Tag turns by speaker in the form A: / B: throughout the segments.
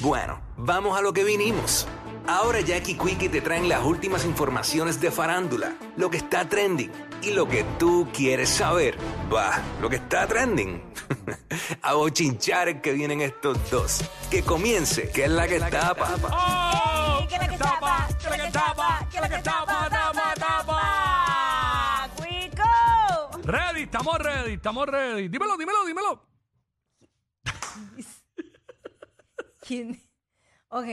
A: Bueno, vamos a lo que vinimos. Ahora Jackie Quickie te traen las últimas informaciones de farándula, lo que está trending y lo que tú quieres saber. Va, lo que está trending. a bochinchar que vienen estos dos. Que comience, que es la que tapa.
B: ¡Oh!
C: que la que tapa, que la que tapa, que la que tapa, tapa, tapa. Cuico.
B: Ready, estamos ready, estamos ready. Dímelo, dímelo, dímelo.
C: ¿Quién? Ok.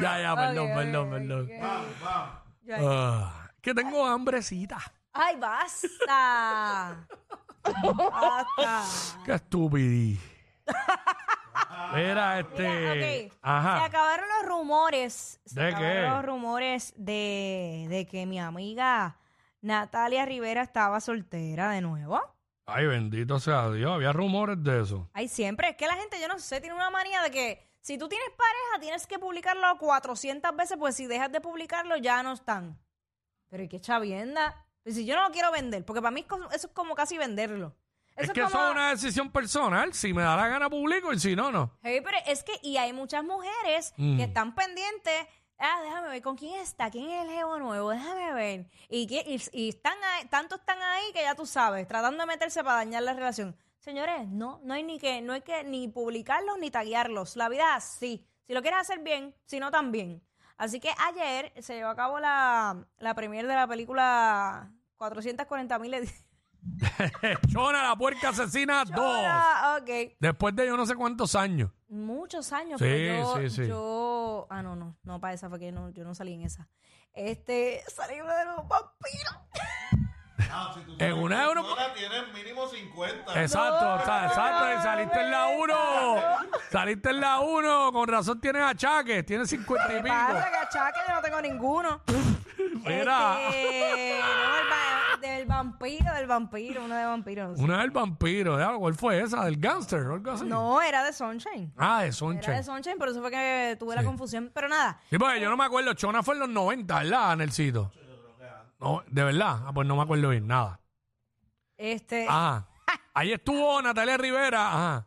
B: Ya, ya, perdón,
C: ok,
B: perdón,
C: ok,
B: perdón.
C: ok. Yo-
B: Ah, que tengo hambrecita.
C: Ay, basta. Basta.
B: Qué estúpidi. Mira, este.
C: Mira, ok. Se
B: Ajá.
C: acabaron los rumores. Se
B: ¿De
C: acabaron
B: qué?
C: los rumores de, de que mi amiga Natalia Rivera estaba soltera de nuevo.
B: Ay, bendito sea Dios. Había rumores de eso.
C: Ay, siempre. Es que la gente, yo no sé, tiene una manía de que si tú tienes pareja, tienes que publicarlo 400 veces, pues si dejas de publicarlo, ya no están. Pero ¿y qué chavienda? Pues si yo no lo quiero vender, porque para mí es como- eso es como casi venderlo.
B: Es
C: Eso
B: que
C: como-
B: eso es una decisión personal. Si me da la gana, publico. Y si no, no.
C: Hey, pero es que, y hay muchas mujeres
B: Mm.
C: que están pendientes. Ah, déjame ver con quién está, quién es el jevo nuevo, déjame ver. Y, que- y, y están ahí- tanto están ahí que ya tú sabes, tratando de meterse para dañar la relación. Señores, no, no hay ni que, no hay que ni publicarlos ni taguearlos. La vida es así. Si lo quieres hacer bien, si no también. Así que ayer se llevó a cabo la, la premier de la película 440 mil
B: Chona, la puerca asesina 2.
C: Ok.
B: Después de yo no sé cuántos años.
C: Muchos años.
B: Sí,
C: pero yo,
B: sí, sí.
C: yo- Ah, no, no. No, para esa fue que no- yo no salí en esa. Este, salí en una de los vampiros.
D: Ah, si tú
B: En
D: sabes
B: una
D: que
B: de uno-
D: tú ahora tienes mínimo 50.
B: Exacto,
C: No,
B: o sea, exacto. Y saliste en la 1. Saliste en la 1. Con razón tienes achaques. Tienes 50 y
C: ¿Qué pasa,
B: pico.
C: cachaca? Yo no tengo ninguno.
B: Mira.
C: Este, no, el va- del vampiro, del vampiro, uno de vampiro. No, sé.
B: Una del vampiro. ¿eh? ¿Cuál fue esa? ¿Del gangster o algo así?
C: No, era de Sunshine.
B: Ah,
C: Era
B: de
C: de
B: Sonche.
C: Sunshine, por eso fue que tuve la confusión. Pero nada,
B: Sí, porque yo no me acuerdo. Chona fue en los 90, ¿verdad, Nelsito? No, de verdad. Ah, pues no me acuerdo bien, nada.
C: este,
B: Ajá. Ahí estuvo Natalia Rivera. Ajá.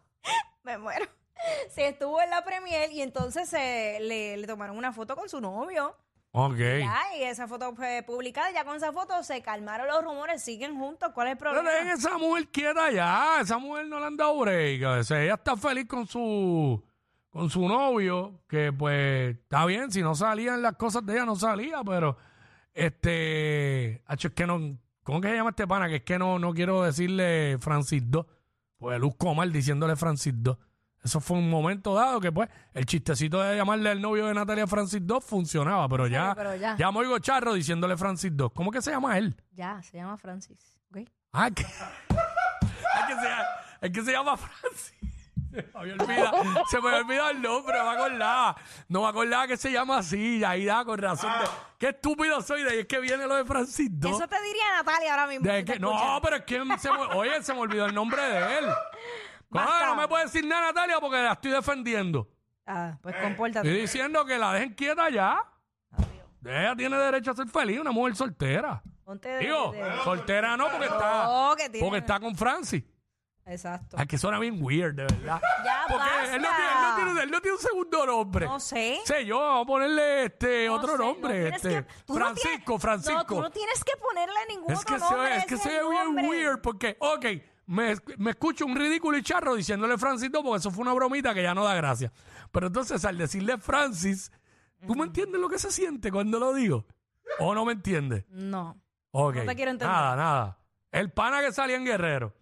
C: me muero. Se estuvo en la premier y entonces eh, le, le tomaron una foto con su novio.
B: Ok.
C: Ya, y esa foto fue publicada, ya con esa foto se calmaron los rumores, siguen juntos, ¿cuál es el
B: Pero
C: problema?
B: dejen esa mujer quieta ya. Esa mujer no le han dado break. A veces ella está feliz con su con su novio, que pues está bien, si no salían las cosas de ella, no salía, pero este, hacho, es que no, ¿cómo que se llama este pana? Que es que no, no quiero decirle Francis 2, pues luzco mal diciéndole Francis 2. Eso fue un momento dado que pues el chistecito de llamarle al novio de Natalia Francis 2 funcionaba, pero ya,
C: pero ya.
B: ya Moigo Charro diciéndole Francis 2. ¿Cómo que se llama él?
C: Ya, se llama Francis, ¿ok?
B: Ah, que, es, que se, llama- es que se llama Francis. Se me había olvidado, se me había olvidado el nombre, no me acordaba. No me acordaba que se llama así, y ahí da con razón. de- qué estúpido soy, de ahí es que viene lo de Francis II.
C: Eso te diría Natalia ahora mismo.
B: De
C: si te
B: que- no,
C: escucha.
B: pero es que se me, oye, se me olvidó el nombre de él.
C: Basta.
B: Ah, no me puede decir nada, Natalia, porque la estoy defendiendo.
C: Ah, pues
B: Estoy
C: compórtate.
B: diciendo que la dejen quieta ya. Ella tiene derecho a ser feliz, una mujer soltera.
C: Ponte de-
B: Digo,
C: de- de-
B: soltera no, porque está,
C: No, que tiene-
B: porque está con Francis.
C: Exacto.
B: Ay, Ah, que suena bien weird, de verdad.
C: Ya
B: Porque
C: basta.
B: él no, tiene, él no tiene- él no tiene un segundo nombre.
C: No sé.
B: Sé yo, vamos a ponerle este
C: No
B: otro
C: sé, no
B: nombre.
C: tienes
B: este,
C: que- tú no
B: Francisco,
C: tienes-
B: Francisco.
C: No, tú no tienes que ponerle ningún
B: es que
C: otro
B: se
C: nombre,
B: ve, es que
C: ese
B: se ve
C: el
B: bien
C: nombre.
B: weird porque, ok, me, me escucho un ridículo y charro diciéndole Francisco porque eso fue una bromita que ya no da gracia. Pero entonces al decirle Francis, ¿tú me entiendes lo que se siente cuando lo digo? ¿O no me entiendes?
C: No.
B: Ok.
C: te quiero entender.
B: Nada, nada. El pana que salía en Guerrero.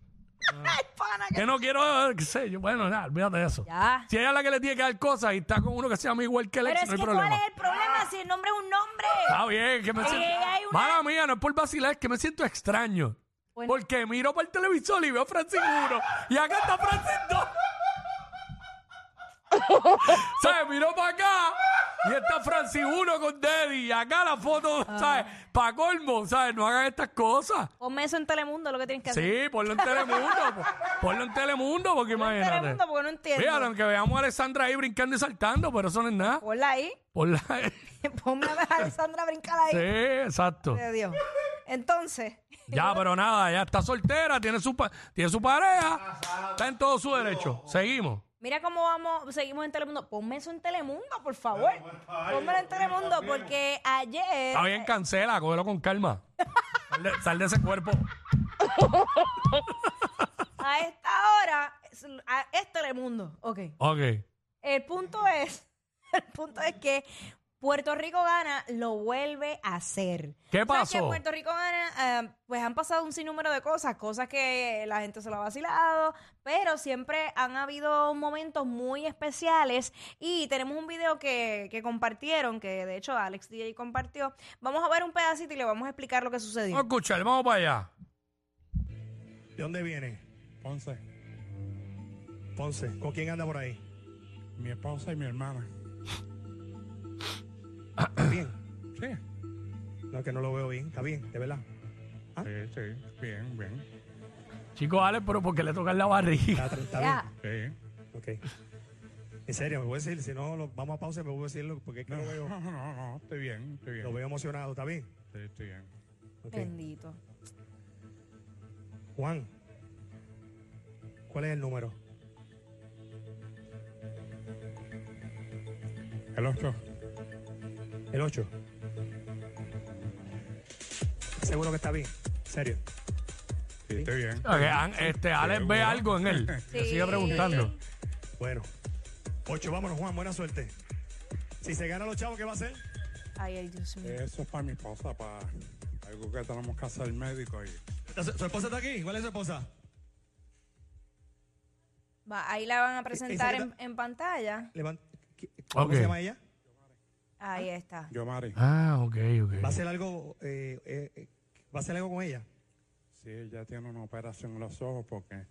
C: Ay, pana, que-
B: Que no quiero, eh, qué sé yo. Bueno, nada, olvídate de eso.
C: Ya.
B: Si ella es la que le tiene que dar cosas y está con uno que se llama igual que el
C: Pero
B: ex,
C: es
B: no hay
C: que
B: problema. Ah.
C: ¿cuál es el problema si el nombre es un nombre?
B: Está bien, que me
C: Ahí
B: siento.
C: hay una-
B: Mala mía, no es por vacilar, es que me siento extraño.
C: Bueno.
B: Porque miro por el televisor y veo a Francis 1 y acá está Francis 2. ¿Sabes? Miro para acá y está Francis 1 con Daddy y acá la foto,
C: Ah.
B: ¿sabes? Para colmo, ¿sabes? No hagan estas cosas.
C: Ponme eso en Telemundo, lo que tienes que hacer.
B: Sí, ponlo en Telemundo. po- Ponlo en Telemundo porque
C: En
B: imagínate.
C: Telemundo, porque no entiendo.
B: Fíjate, aunque veamos a Alessandra ahí brincando y saltando, pero eso no es nada.
C: Ponla ahí.
B: Por la...
C: Ponme a Alessandra a brincar ahí.
B: Sí, exacto.
C: de Dios. Entonces,
B: Ya, pero nada, ya está soltera, tiene su, pa- tiene su pareja, está en todo su derecho. Seguimos.
C: Mira cómo vamos, seguimos en Telemundo. Ponme eso en Telemundo, por favor. Pónmelo en Telemundo, porque ayer.
B: Está bien, cancela, cógelo con calma. Sal de, sal de ese cuerpo.
C: A esta hora es, a- es Telemundo. Ok.
B: Ok.
C: El punto es, el punto es que Puerto Rico gana, lo vuelve a hacer.
B: ¿Qué
C: O sea, que
B: pasó?
C: Puerto Rico gana, ah, pues han pasado un sinnúmero de cosas, cosas que la gente se lo ha vacilado, pero siempre han habido momentos muy especiales y tenemos un video que, que compartieron, que de hecho Alex DJ compartió. Vamos a ver un pedacito y le vamos a explicar lo que
B: Vamos a
C: sucedió.
B: escuchar, vamos para allá.
E: ¿De dónde viene?
F: Ponce,
E: Ponce. ¿Con quién anda por ahí?
F: mi esposa y mi hermana.
E: ¿Está bien?
F: Sí,
E: No, que no lo veo bien. ¿Está bien? ¿De verdad? ¿Ah?
F: sí, sí, bien, bien.
B: Chicos, Alex, pero ¿por qué le tocan la barriga?
E: ¿Está, está
C: Ya.
F: Sí.
E: bien? Ok. En serio, me voy a decir, si no lo- vamos a pausa, me voy a decirlo porque es que
F: No,
E: lo veo,
F: no, no, no, estoy bien, estoy
E: lo
F: bien.
E: veo emocionado. ¿Está bien?
F: Sí, estoy bien.
E: Ok.
C: Bendito.
E: Juan, ¿cuál es el número?
F: El 8,
E: El 8. Seguro que está bien. ¿En serio?
F: sí, estoy bien.
B: Ok, An- este, Alex ve
F: Seguro.
B: algo en él. Le
C: Sí.
B: sigue preguntando.
E: Bueno. 8, vámonos, Juan. Buena suerte. Si se gana los chavos, ¿qué va a hacer?
C: Ay, ay, Dios mío.
F: Eso es para mi esposa, para algo que tenemos que hacer médico. Y...
E: ¿Su, su esposa está aquí? ¿Cuál es su esposa?
C: Va, ahí la van a presentar
E: esa-
C: en, en pantalla.
E: Levanta. ¿qué- ¿Cómo
B: Ok.
E: se llama ella?
C: Ahí está.
F: Yo, Mari,
B: Ah, ok,
E: ¿Va a
B: ok.
E: hacer algo, eh, eh, eh, ¿va a hacer algo con ella?
F: sí, ella tiene una operación en los ojos porque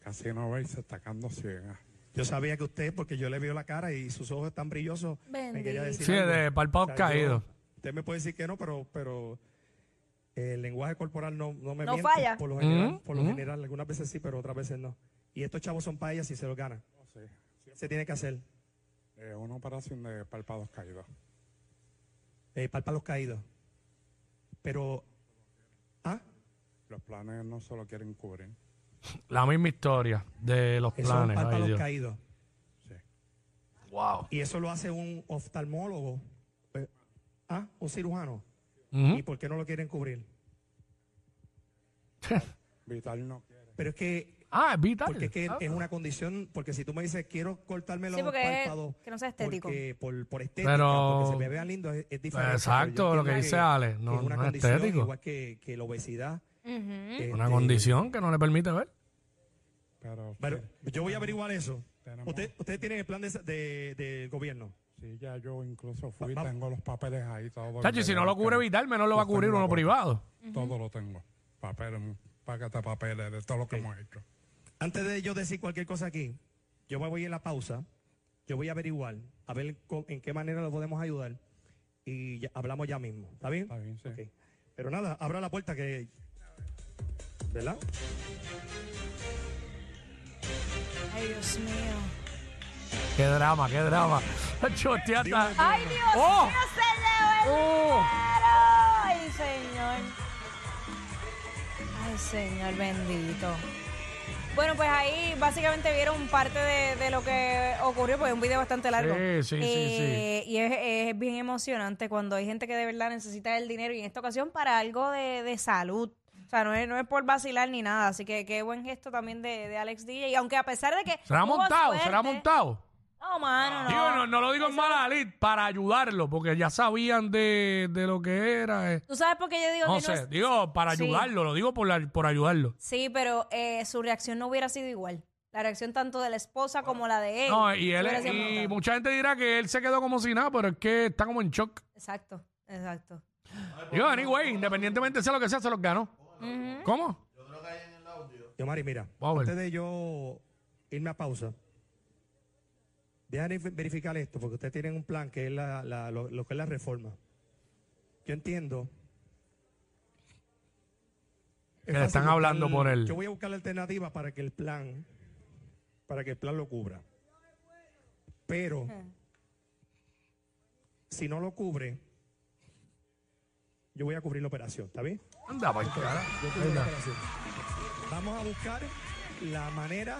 F: casi no ve y se está quedando ciega.
E: Yo sabía que usted, porque yo le veo la cara y sus ojos están brillosos, me quería decir
B: Sí,
E: algo.
B: de párpados
E: O sea, yo-
B: caídos.
E: Usted me puede decir que no, pero, pero eh, el lenguaje corporal no, no me
C: No
E: miente,
C: falla.
E: Por lo, general,
B: Ujú,
E: por lo
B: ujú.
E: general, algunas veces sí, pero otras veces no. Y estos chavos son para ella si se los ganan.
F: Sí, sí.
E: Se tiene que hacer.
F: Es una operación de párpados caídos.
E: Eh, párpados caídos. Pero, ¿ah?
F: Los planes no se lo quieren cubrir.
B: La misma historia de los
E: Esos son
B: planes. Ay,
E: párpados
B: Dios.
E: caídos.
F: Sí.
B: Wow.
E: Y eso lo hace un oftalmólogo. eh, ¿Ah? Un cirujano. ¿Y
B: Ujú.
E: por qué no lo quieren cubrir?
F: Vital no quiere.
E: Pero es que,
B: Ah, es vital.
E: porque es, que
B: Ah.
E: es una condición, porque si tú me dices quiero cortarme los
C: Sí, porque es
E: párpados
C: que no sea estético.
E: porque por, por estética,
B: Pero-
E: porque se me vean lindos, es, es diferente.
B: Exacto,
E: Pero yo
B: lo que
E: entiendo
B: dice Ale, no-
E: es una
B: no es
E: condición
B: estético.
E: Igual que, que la obesidad.
C: Ujú.
E: este,
B: Una condición que no le permite ver.
F: Pero
E: Pero yo voy a averiguar eso.
F: Tenemos-
E: Usted, ustedes tienen el plan de, de, del gobierno.
F: Sí, ya yo incluso fui,
E: Va- va-
F: tengo los papeles ahí todo.
B: Chacho, y si no lo cubre
F: vital,
B: vital, menos lo va a cubrir uno privado.
F: Todo lo tengo. Papeles, págate papeles de todo lo que hemos hecho.
E: Antes de yo decir cualquier cosa aquí, yo me voy en la pausa. Yo voy a averiguar, a ver co- en qué manera lo podemos ayudar. Y ya- hablamos ya mismo. ¿Está bien?
F: Está bien, sí.
E: Ok. Pero nada, abra la puerta que. ¿Verdad?
C: Ay, Dios mío.
B: Qué drama, qué drama. Chacho, hostia, hasta-
C: Ay, Dios
B: ¡Oh!
C: mío, se llevó el
B: ¡Oh!
C: dinero. Ay, señor. Ay, señor bendito. Bueno, pues ahí básicamente vieron parte de, de lo que ocurrió, porque es un video bastante largo.
B: Sí, sí, sí,
C: Eh, Y es, es bien emocionante cuando hay gente que de verdad necesita el dinero y en esta ocasión para algo de, de salud. O sea, no es, no es por vacilar ni nada. Así que qué buen gesto también de, de Alex DJ. Y aunque a pesar de que.
B: Será
C: tuvo
B: montado, será
C: suerte-
B: montado.
C: No, mano, no.
B: Digo, no, no lo digo en mala lid, para ayudarlo, porque ya sabían de, de lo que era. eh.
C: ¿Tú sabes por qué yo digo
B: No
C: que no
B: sé,
C: es-
B: digo, para
C: Sí.
B: ayudarlo, lo digo por, la- por ayudarlo.
C: Sí, pero eh, su reacción no hubiera sido igual. La reacción tanto de la esposa como la de él.
B: No, y él
C: hubiera
B: es-
C: sido
B: y
C: brutal.
B: mucha gente dirá que él se quedó como si nada, pero es que está como en shock.
C: Exacto, exacto.
B: Digo, anyway, independientemente sea lo que sea, se los ganó.
C: Ujú.
B: ¿Cómo?
E: Yo, Mari, mira,
B: Vamos a ver.
E: antes de yo irme a pausa, déjame verificar esto, porque ustedes tienen un plan que es la, la- lo, lo que es la reforma. Yo entiendo.
B: Que le
E: Es fácil
B: están
E: buscar-
B: hablando por él.
E: Yo voy a buscar la alternativa para que el plan, para que el plan lo cubra. Pero, si no lo cubre, yo voy a cubrir la operación, ¿está bien?
B: Anda, pues, pa'l cara.
E: Yo tengo una operación. Vamos a buscar la manera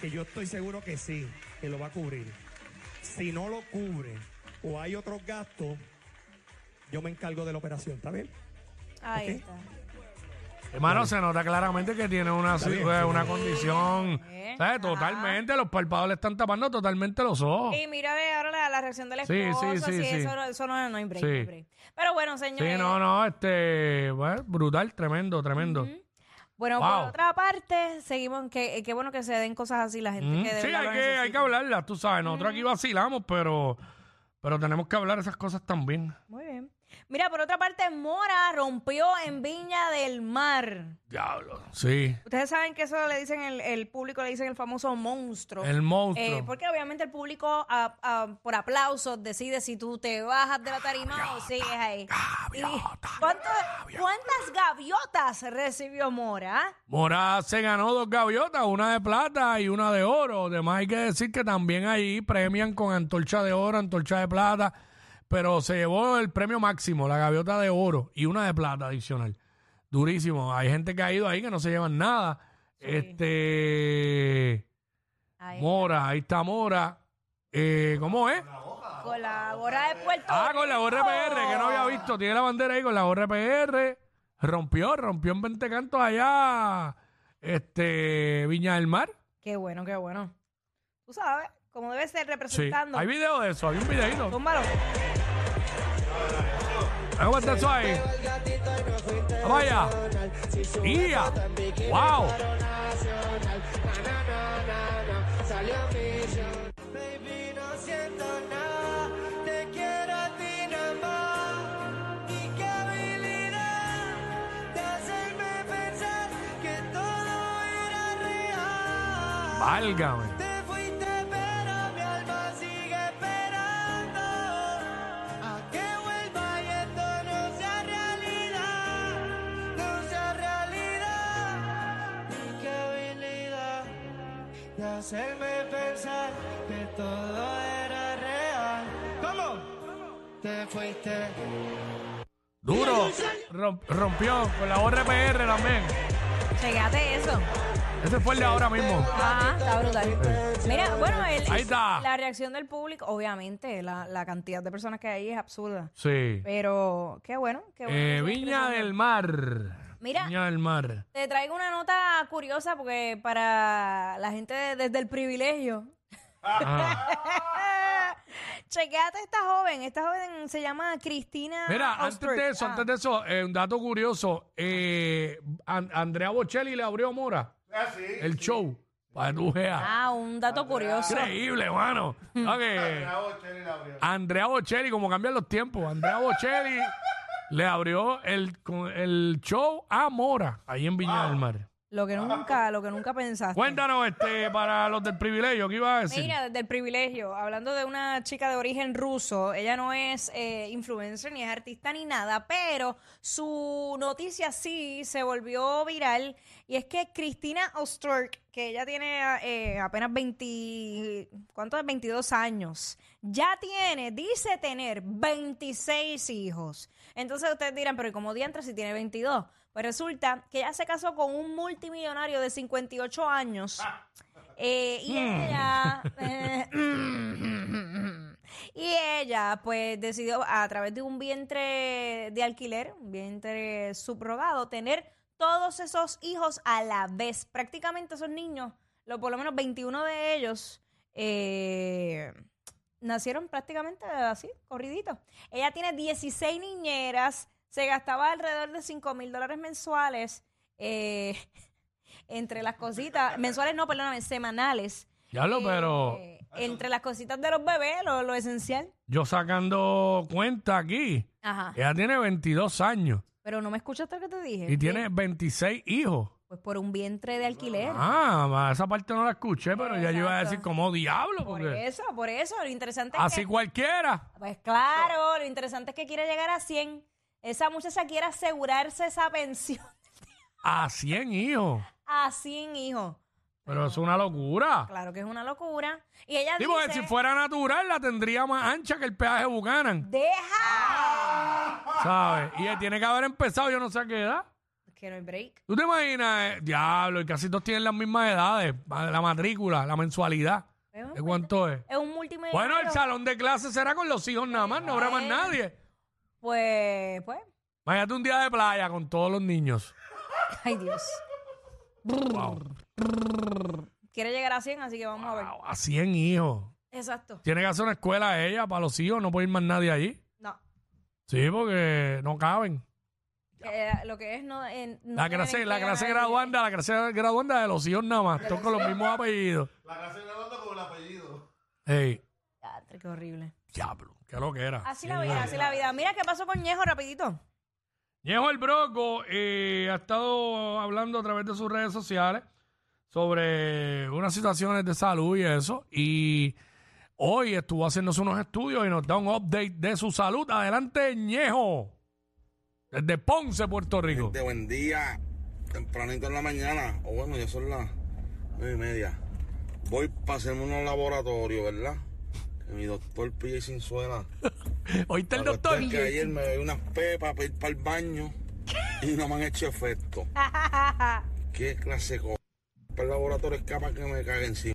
E: que yo estoy seguro que sí, que lo va a cubrir. Si no lo cubre o hay otros gastos, yo me encargo de la operación, ¿está bien?
C: Ahí
E: Ok.
C: está.
B: Hermano, se nota claramente que tiene una,
E: Está bien.
B: eh, una condición.
C: bien.
B: ¿sabes?
C: Ajá.
B: Totalmente, los párpados le están tapando totalmente los ojos.
C: Y mira ve ahora la, la reacción del
B: Sí, sí,
C: esposo,
B: sí,
C: así,
B: sí.
C: Eso, no- eso no, no hay break,
B: Sí.
C: no hay break. Pero bueno, señores.
B: Sí, no, no, este, bueno, brutal, tremendo, tremendo.
C: Bueno,
B: Wow.
C: por otra parte, seguimos, que, que bueno que se den cosas así la gente
B: Mm,
C: que de
B: Sí,
C: verdad
B: hay
C: lo
B: que, hay que
C: necesita.
B: hablarlas, tú sabes, nosotros aquí vacilamos, pero, pero tenemos que hablar esas cosas también.
C: Muy bien. Mira, por otra parte, Mora rompió en Viña del Mar.
B: Diablo, sí,
C: Ustedes saben que eso le dicen, el, el público le dicen el famoso monstruo.
B: el monstruo.
C: Eh, porque obviamente el público, a- a- por aplausos, decide si tú te bajas de la tarima o sigues ahí. Y ¿cuánto- ¿Cuántas gaviotas recibió Mora?
B: Mora se ganó dos gaviotas, una de plata y una de oro. Además hay que decir que también ahí premian con antorcha de oro, antorcha de plata, pero se llevó el premio máximo, la gaviota de oro y una de plata adicional. Durísimo. Hay gente que ha ido ahí que no se llevan nada. Este
C: Ahí,
B: Mora, ahí está Mora. Eh, ¿Cómo es?
C: con la gorra de Puerto
B: Ah, con la gorra
C: Rico.
B: PR, que no había visto. Tiene la bandera ahí con la gorra PR. Rompió, rompió en 20 cantos allá. Este, Viña del Mar.
C: Qué bueno, qué bueno. Tú sabes, como debe ser
B: Sí.
C: representando.
B: Hay video de eso, hay un videito.
C: Tómbalo.
B: Aguanta eso ahí. Vaya. ¡Ia! ¡Wow!
G: Baby, no siento nada, te quiero a ti nada más. Y qué habilidad de hacerme pensar que todo era real.
B: Válgame.
G: Te fuiste, pero mi alma sigue esperando a que vuelva y esto no sea realidad, no sea realidad. Y qué habilidad de hacerme pensar que todo era real. ¿Cómo? Te fuiste.
B: Duro. Romp- Rompió con la gorra PR también.
C: Chequéate eso.
B: Ese fue el de ahora mismo.
C: Ajá, está brutal. Ah, Mira, bueno, el-
B: Ahí está.
C: la reacción del público, obviamente, la, la cantidad de personas que hay es absurda.
B: Sí.
C: Pero qué bueno, qué bueno. que
B: Eh,
C: se
B: Viña
C: expresó.
B: del Mar.
C: Mira.
B: Viña del Mar.
C: Te traigo una nota curiosa porque para la gente de- desde el privilegio. Eh,
B: Ajá.
C: Chequéate esta joven. Esta joven se llama Cristina.
B: Mira, antes
C: Ostrich.
B: de eso,
C: Ah,
B: antes de eso, eh, un dato curioso. eh, An- Andrea Bocelli le abrió a Mora
D: Ah, sí.
B: el show para que tú veas.
C: Ah, un dato curioso.
B: Increíble, hermano. Ok.
D: Bravo, Chely la abrió.
B: Andrea Bocelli, como cambian los tiempos. Andrea Bocelli le abrió el, con- el show a Mora, ahí en Viña del Mar.
C: Lo que nunca, lo que nunca pensaste.
B: Cuéntanos, este, para los del privilegio, ¿qué iba a decir?
C: Mira, desde el privilegio, hablando de una chica de origen ruso, ella no es eh, influencer, ni es artista, ni nada, pero su noticia sí se volvió viral y es que Cristina Osterk, que ella tiene eh, apenas 20, ¿cuánto es? 22 años, ya tiene, dice tener 26 hijos. Entonces ustedes dirán, pero ¿y cómo diantres si tiene 22? Pues resulta que ella se casó con un multimillonario de 58 años. Eh, y ella. eh, mm, y ella, pues, decidió a través de un vientre de alquiler, un vientre subrogado, tener todos esos hijos a la vez. Prácticamente esos niños, lo, por lo menos 21 de ellos, eh, nacieron prácticamente así, corriditos. Ella tiene 16 niñeras, se gastaba alrededor de 5 mil dólares mensuales. eh, entre las cositas, mensuales no, perdóname, semanales.
B: Diablo,
C: Eh,
B: pero
C: Entre las cositas de los bebés, lo, lo esencial.
B: yo sacando cuenta aquí,
C: Ajá.
B: ella tiene 22 años
C: Pero no me escuchaste lo que te dije.
B: Eh. y tiene 26 hijos.
C: Pues por un vientre de alquiler.
B: Ah, ma, esa parte no la escuché, pero ya yo iba a
C: Exacto.
B: decir como diablo,
C: por
B: porque
C: eso, por eso. Lo interesante es
B: así
C: que.
B: cualquiera.
C: Pues claro, lo interesante es que quiere llegar a 100. Esa muchacha quiere asegurarse esa pensión
B: A 100 hijos.
C: a 100 hijos.
B: Pero es una locura.
C: Claro que es una locura. Y ella
B: Digo, que
C: dice.
B: si fuera natural la tendría más ancha que el peaje Bucanan,
C: ¡Deja!
B: ¿sabes? Y él tiene que haber empezado, yo no sé a qué edad.
C: que no hay break.
B: ¿Tú te imaginas? eh, diablo, y casi todos tienen las mismas edades. ma- La matrícula, la mensualidad.
C: Es un
B: ¿De cuánto es?
C: Es un multimedia.
B: Bueno, el salón de clases será con los hijos nada más, no habrá más
C: Ay.
B: nadie.
C: Pues, pues,
B: Imagínate un día de playa con todos los niños.
C: ay Dios.
B: Wow,
C: Quiere llegar a 100, así que vamos a ver.
B: wow, a 100 hijos.
C: Exacto.
B: Tiene que hacer una escuela ella para los hijos, no puede ir más nadie allí.
C: No.
B: Sí, porque no caben.
C: Eh, lo que es no. en- no
B: La
C: deben
B: clase, la
C: quedar
B: clase
C: ahí.
B: graduanda, la clase graduanda de los hijos nada más, todos con los mismos apellidos.
D: La clase graduando con el apellido.
B: Ey,
C: Ya, Qué horrible.
B: diablo, qué lo que era.
C: Así la vida, así la vida. Mira qué pasó con Ñejo rapidito.
B: Ñejo el Broco eh, ha estado hablando a través de sus redes sociales sobre unas situaciones de salud y eso. Y hoy estuvo haciéndose unos estudios y nos da un update de su salud. Adelante, Ñejo. Desde Ponce, Puerto Rico.
H: De buen día, tempranito en la mañana, o bueno, ya son las nueve y media. Voy para hacerme unos laboratorios, ¿verdad? Que mi doctor pille sin suela.
B: Oíste el doctor.
H: Que ayer me bebí unas pepas para ir para el baño y no me han hecho efecto. ¿Qué clase de co- Para el laboratorio es capaz que me cague encima.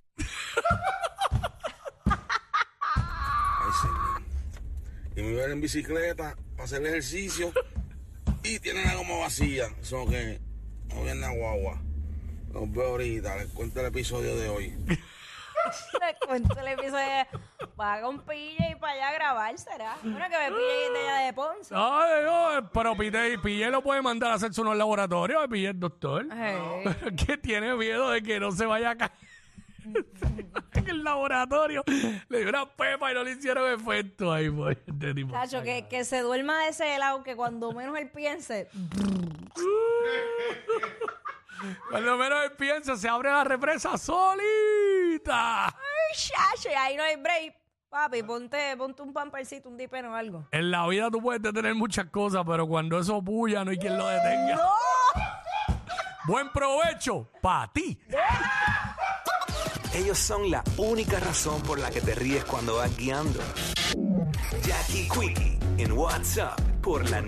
H: Ay, señor. Y me voy a ir en bicicleta para hacer ejercicio y tienen la goma vacía. Son que no vienen la guagua. Los veo ahorita, les cuento el episodio de hoy.
C: Les cuento el episodio. Paga un pille y para allá a grabar, será. Bueno, que me pille de allá de Ponce.
B: Ay, no, pero Pille, Pille lo puede mandar a hacerse unos laboratorios, Pille el doctor.
C: Ay.
B: que tiene miedo de que no se vaya a caer en el laboratorio. Le dio una pepa y no le hicieron efecto. Ahí pues, este tipo.
C: Cacho, que, que se duerma de ese lado, que cuando menos él piense,
B: Por lo menos él piensa, se abre la represa solita.
C: ¡ay, chacho! Y ahí no hay break. Papi, ponte, ponte un pampercito, un dipeno o algo.
B: En la vida tú puedes detener muchas cosas, pero cuando eso bulla no hay quien lo detenga. Buen provecho para ti.
A: Ellos son la única razón por la que te ríes cuando vas guiando. Jackie Quickie en WhatsApp por la